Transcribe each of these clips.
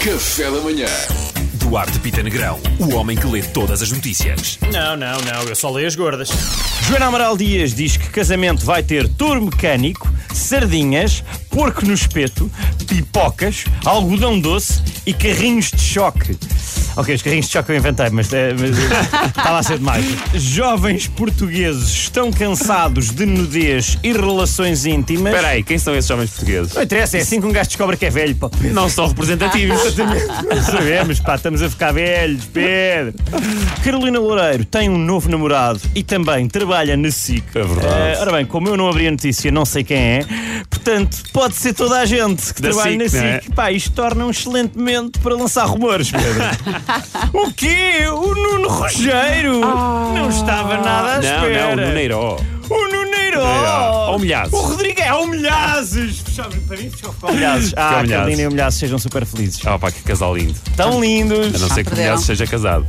Café da Manhã. Duarte Pita Negrão, o homem que lê todas as notícias. Não, não, não, eu só leio as gordas. Joana Amaral Dias diz que casamento vai ter touro mecânico, sardinhas, porco no espeto, pipocas, algodão doce e carrinhos de choque. Ok, os carrinhos de choque eu inventei, mas eh, mas, eh, estava a ser demais. Jovens portugueses estão cansados de nudez e relações íntimas. Espera aí, quem são esses homens portugueses? Não interessa, é assim que um gajo descobre que é velho, pá. Não são representativos. Sabemos, pá, estamos a ficar velhos, Pedro. Carolina Loureiro tem um novo namorado e também trabalha na SIC. É verdade. Eh, ora bem, como eu não abri a notícia, não sei quem é, portanto, pode ser toda a gente que Da trabalha SIC, na SIC. não é? Pá, isto torna um excelente momento para lançar rumores, Pedro. o quê? O Nuno Rogeiro? Não estava nada à não, é espera. não, no Neiró. O É. Nuneiro! Oh. Nuneiro. Humilhazes. O Rodrigo é humilhazes! Fechava para mim, fechava com humilhazes. Ah, humilhazes. Carolina e humilhazes sejam super felizes. Ah, pá, que casal lindo. Tão A lindos! não O ser que o perderam. Milhazes seja casado.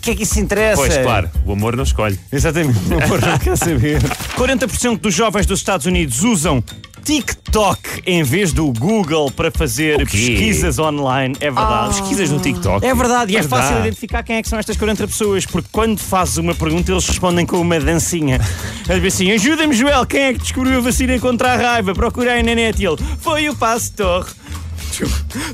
que é que isso interessa? Pois, claro, o amor não escolhe. Exatamente, o amor não quer saber. 40% dos jovens dos Estados Unidos usam TikTok em vez do Google para fazer O quê? Ah. pesquisas online. É verdade. Pesquisas no TikTok. É verdade, e é Verdade. fácil identificar quem é que são estas 40 pessoas, porque quando fazes uma pergunta eles respondem com uma dancinha. Eles dizem assim: ajuda-me, Joel, quem é que descobriu a vacina contra a raiva? Procurei na net e ele foi o Pasteur.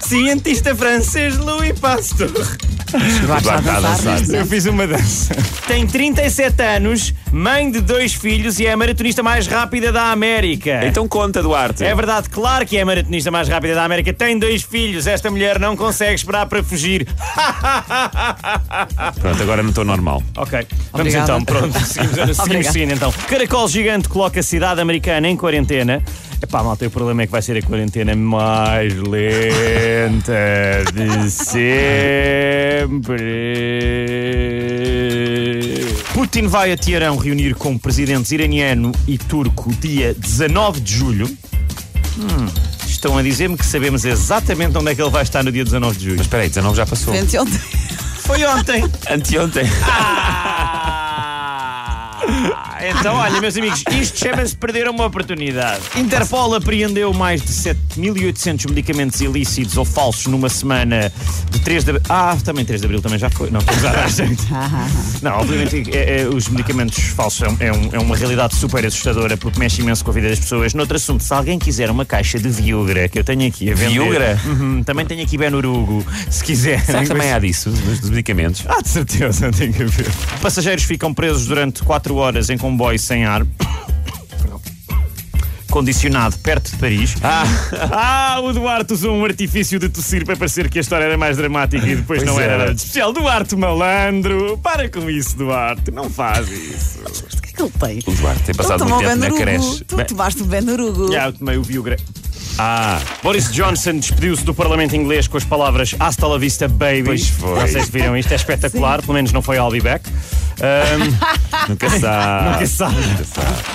Cientista francês Louis Pasteur. Duarte Duarte está a dançar. nisto. Eu fiz uma dança. Tem 37 anos, mãe de dois filhos e é a maratonista mais rápida da América. Então conta, Duarte. É verdade, claro que é a maratonista mais rápida da América. Tem dois filhos. Esta mulher não consegue esperar para fugir. Pronto, agora não estou normal. Ok, vamos Obrigada. então, pronto, seguimos, seguimos Obrigada. seguindo então. Caracol gigante coloca a cidade americana em quarentena. Epá, malta, o problema é que vai ser a quarentena mais lenta de sempre. Putin vai a Teherão reunir com presidentes iraniano e turco dia 19 de julho. Hum, Estão a dizer-me que sabemos exatamente onde é que ele vai estar no dia 19 de julho. Mas espera aí, 19 já passou. Frente ontem. Foi ontem! Anteontem. Ah, Então, olha, meus amigos, isto chama-se perder uma oportunidade. Interpol apreendeu mais de 7.800 medicamentos ilícitos ou falsos numa semana de 3 de abril. Ah, também 3 de abril também já foi. Não, pois já dá, gente. Não, obviamente é- é- os medicamentos falsos é, um- é um- é uma realidade super assustadora porque mexe imenso com a vida das pessoas. Noutro assunto, se alguém quiser uma caixa de Viugra, que eu tenho aqui a vender. Viagra? Uhum, também tenho aqui Benurugo, se quiser. Será que também há disso, dos dos medicamentos? Ah, de certeza, não tem que haver. Passageiros ficam presos durante 4 horas em comboio sem ar. Condicionado perto de Paris. Ah, o Duarte usou um artifício de tossir para parecer que a história era mais dramática e Pois depois não era é. nada de especial. Duarte malandro, para com isso, Duarte, não faz isso. O que é que ele tem? O Duarte tem Ele passado tomou muito o tempo na Benurugo. creche. Tu Bem, tomaste o Benurugo. Já, eu tomei o Viagra. Ah, Boris Johnson despediu-se do Parlamento Inglês com as palavras Hasta la vista, baby. Pois foi. Não sei se viram isto, é espetacular, pelo menos não foi I'll be back. Ahm, nunca sabe. Nunca sabe.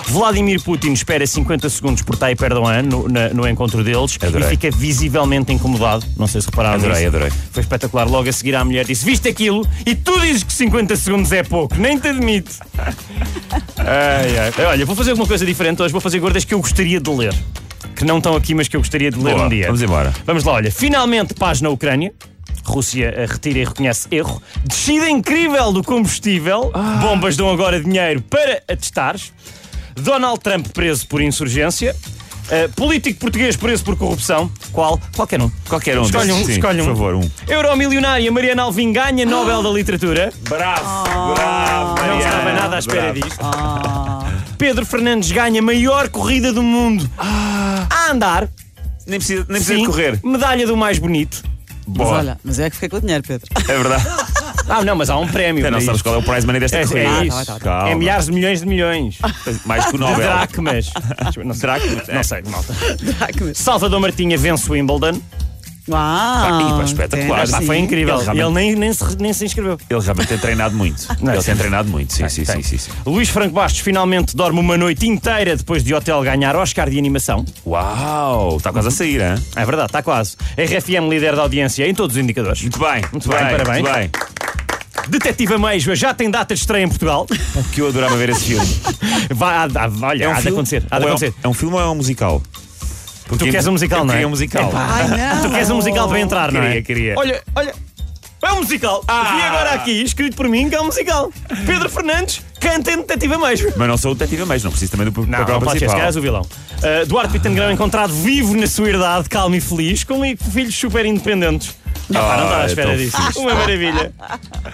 Vladimir Putin espera 50 segundos por Tayyip Erdogan no, na- no encontro deles Adorei. e fica visivelmente incomodado. Não sei se repararam Adorei, nisso. adorei. Foi espetacular. Logo a seguir à mulher disse, viste aquilo e tu dizes que 50 segundos é pouco. Nem te admito. Ai, ai. Olha, vou fazer alguma coisa diferente hoje. Vou fazer gordas que eu gostaria de ler. Que não estão aqui, mas que eu gostaria de ler Boa, um dia. vamos embora. Vamos lá, olha. Finalmente paz na Ucrânia. Rússia eh, retira e reconhece erro. Descida incrível do combustível. Bombas dão agora dinheiro para atestares. Donald Trump preso por insurgência. Eh, político português preso por corrupção. Qual? Qualquer um. Qualquer um Escolhe um, desses, sim, escolhe um. Por favor, um. Euromilionária Mariana Alvim ganha Nobel da Literatura. Bravo, bravo. Não Mariana, estava nada à espera bravo. disto. Ah. Pedro Fernandes ganha a maior corrida do mundo. A andar. Nem precisa, nem precisa Sim. de correr. Medalha do mais bonito. Mas Boa, olha, mas eu é que fiquei com o dinheiro, Pedro. é verdade. Ah, não, mas há um prémio. Até não para sabes isto. qual é o prize money desta É, corrida. é Ah, isso. tá bem, tá bem. É milhares de milhões de milhões. Mais que o De Nobel. dracmas. Não sei, Dracmas, é. não sei, malta. Ah, que medo. Salvador Martinha vence o Wimbledon. Uau! Ih, pá, espetacular. Era Pá, assim. foi incrível. Ele Ele, realmente- nem, nem, se, nem se inscreveu. Ele realmente tem treinado muito. Não, Ele sim. tem treinado muito, sim, sim, sim, sim, sim. Luís Franco Bastos finalmente dorme uma noite inteira depois de Hotel ganhar Oscar de animação. Uau, está quase a sair, hein? É verdade, está quase. RFM líder da audiência em todos os indicadores. Muito bem, Muito bem, parabéns. Muito bem. Detetive Ameijoa já tem data de estreia em Portugal. Que eu adorava ver esse filme. É um Vai, há- há- olha, há de acontecer. Há de Ou é um- acontecer. É um filme ou é um musical? Porque queres um musical, eu não é? queria um musical. Ai, não. Tu queres um musical para entrar, não é? Queria, queria. Ah. Olha, olha. É um musical. Vi agora aqui, escrito por mim, que é um musical. Pedro Fernandes canta em Detetive mais. Mas não sou o detetive mais, não preciso também do Não, papel não pode ser, se principal. calhar és o vilão. Uh, Duarte Pittengrão encontrado vivo na sua idade, calmo e feliz, com filhos super independentes. Ah, pá, não estava à é espera tão disso. Uma maravilha.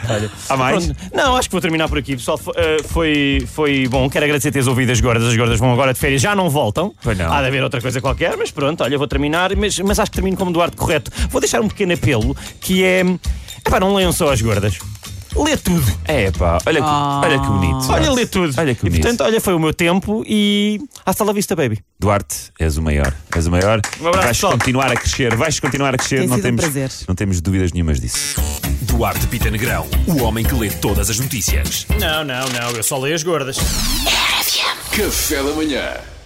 Olha, Há mais? pronto. Não, acho que vou terminar por aqui, pessoal. Fo- uh, Foi, foi bom. Quero agradecer teres ouvido as gordas. As gordas vão agora de férias, já não voltam. Pois não. Há de haver outra coisa qualquer, mas pronto, olha, vou terminar. Mas, mas acho que termino como Duarte correto. Vou deixar um pequeno apelo que é. Epá, não leiam só as gordas. Lê tudo. É pá, olha, que- Ah. olha que bonito. Olha, lê tudo. Olha que e bonito. portanto, olha, foi o meu tempo e. Hasta la vista, baby. Duarte, és o maior. És o maior. Um abraço, vais pessoal. continuar a crescer, vais continuar a crescer. Tem não, sido um temos, prazer. não temos dúvidas nenhumas disso. Duarte Pita Negrão, o homem que lê todas as notícias. Não, não, não, eu só leio as gordas. Café da manhã.